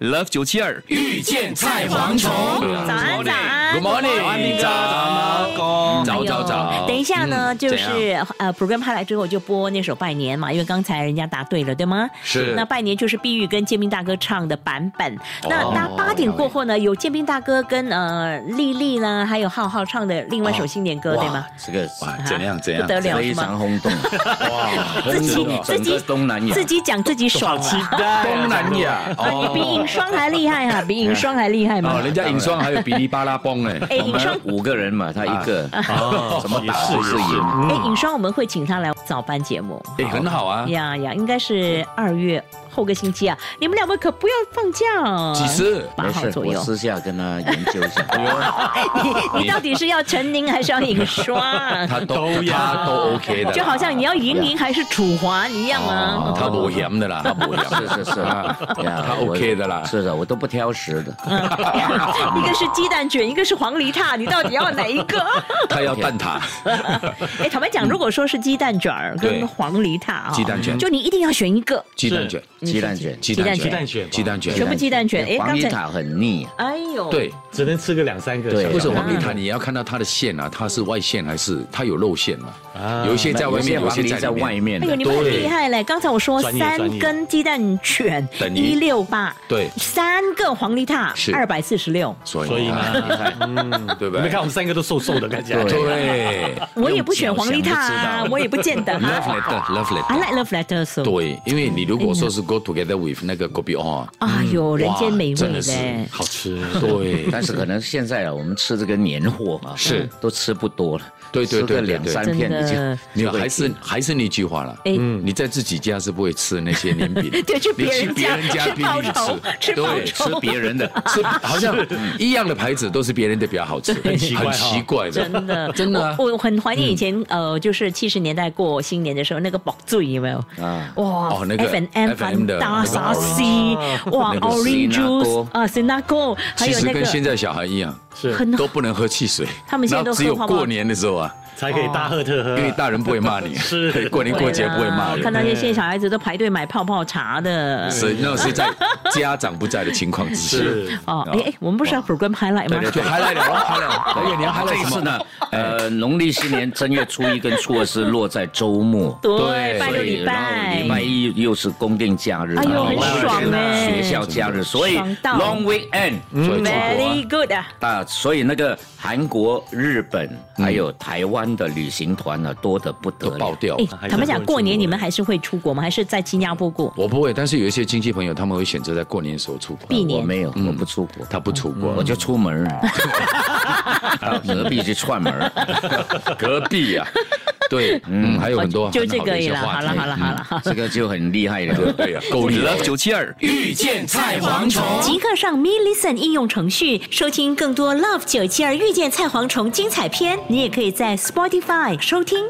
Love 九七二遇见菜蝗虫。早安，早安 Good morning，早早安安哥，哎早呦早早。等一下呢，嗯就怎样是呃，program 拍来之后就播那首《拜年》嘛，因为刚才人家答对了，对吗？是那《拜年》就是碧玉跟建斌大哥唱的版本。那大八点过后呢，有建斌大哥跟呃丽丽呢，还有浩浩唱的另外一首新年歌，对吗？这个哇，怎样怎啊不样？得了非是吗常 轰动，哇，自轰己动自整己个东南亚自。己讲自己爽期啊！待啊东南亚啊你比尹双还厉害哈，比尹双还厉害哦，吗？人家尹双还有比利巴拉邦哎，哎，我尹双啊们，五个人嘛，他一个，哦怎么打都是赢。哎，尹双，我们会请他来早班节目。哎，很好啊。呀呀，应该是二月后个星期啊！你们两位可不要放假哦，几啊时？八没号事，左我右。私下跟他啊研究一下。你你到底是要陈宁还是要尹双？ 他都要他都 OK 的啦，哦就好像你要银宁还是楚华一样 啊！他不嫌的啦，他不嫌。是是是，啊呀他我 OK 的啦是的，我都不挑嗯食的，一个是鸡蛋卷，一个是黄梨塔，你到底要哪一个？ 他要蛋挞，哎，坦白讲，如果说是鸡蛋卷儿对跟黄梨塔啊，鸡蛋卷就你一定要选一个。鸡蛋卷，鸡蛋卷，鸡蛋鸡蛋卷吧鸡蛋全部卷。鸡蛋卷哎黄刚梨才塔很腻，啊哎呦，对，，只能吃个两三个对不是嗯黄梨塔，你要看到它的馅啊，它是外馅还是它有肉馅嘛？啊有一些在外面，有有一些黄些梨在在里外面。面哎呦，的，你们很对厉害嘞！刚才我说专业专三业根鸡蛋卷等于一六八，对三个黄梨塔是二百四十六。所所以嘛，嗯， 对不对你们看我们三个都瘦瘦的，看起来。对我也不选黄梨塔用脚想啊就知道，我也不 见得哈。 ，love letter，love I letter。 like love letters. 哦对，因为你如果说是 go together with 那个 gobi 哦，哎呦，人间美味真的是嘞！好吃。对，但是可能现在啊，我们吃这个年货嘛，是都吃不多了，对对对吃个对两对三真片的已经你就会还是还是那句话了，哎你在自己家是不会吃那些年饼， 对， 去你别人别家人家吃拼报命酬，吃报对，酬，别人的，是好像一样的牌子都是别人的比较好吃，很奇怪很哈奇怪的， 真 的真的啊我我很怀念以前呃，就是七十年代过新年的时候，那个薄醉有没有？啊哇哦那个 F M F&M 的大那沙个 C，哇那个 Orange Sinago Juice 啊 s i n a g o 还其有实那跟现个在小孩一样，是很都不能喝汽水。他们现在然后都喝只有泡泡过年的时候啊，才可以大喝特喝。因为哦大人不会骂你，嗯是过年过节不会骂我看人。到那些小孩子都排队买泡泡茶的。所以那是在家长不在的情况之下。是哦，哎哎，我们不是要 program highlight 吗？就还来了，还来了，哎呀，你还来这什次么？呢，呃，农历新年正月初一跟初二是落在周末。对对，拜所六以，礼然后拜，礼拜一又是公定假日，哎呦然后很爽哎学校假日，所以爽到 long weekend，嗯所以出国啊 Very good 啊！啊，所以那个韩国、日本还有台湾的旅行团呢，多得不都得爆了。掉哎。，啊还是坦不白讲，会过年出国你们还是会出国吗？还是在新加坡过？我不会，但是有一些亲戚朋友他们会选择在过年的时候出国，啊避我年没有，我不出国，嗯他不嗯出国，啊我就出 门儿，隔壁去串门儿。隔壁啊，对，嗯，还有很多就很 好这的个一些也了，话好题了好了好了，哎嗯这个就很厉害对了。对呀，够力。 Love 九七二遇见菜蝗虫。即刻上 Me Listen 应用程序收听更多 Love 九七二遇见菜蝗虫精彩片，你也可以在 Spotify 收听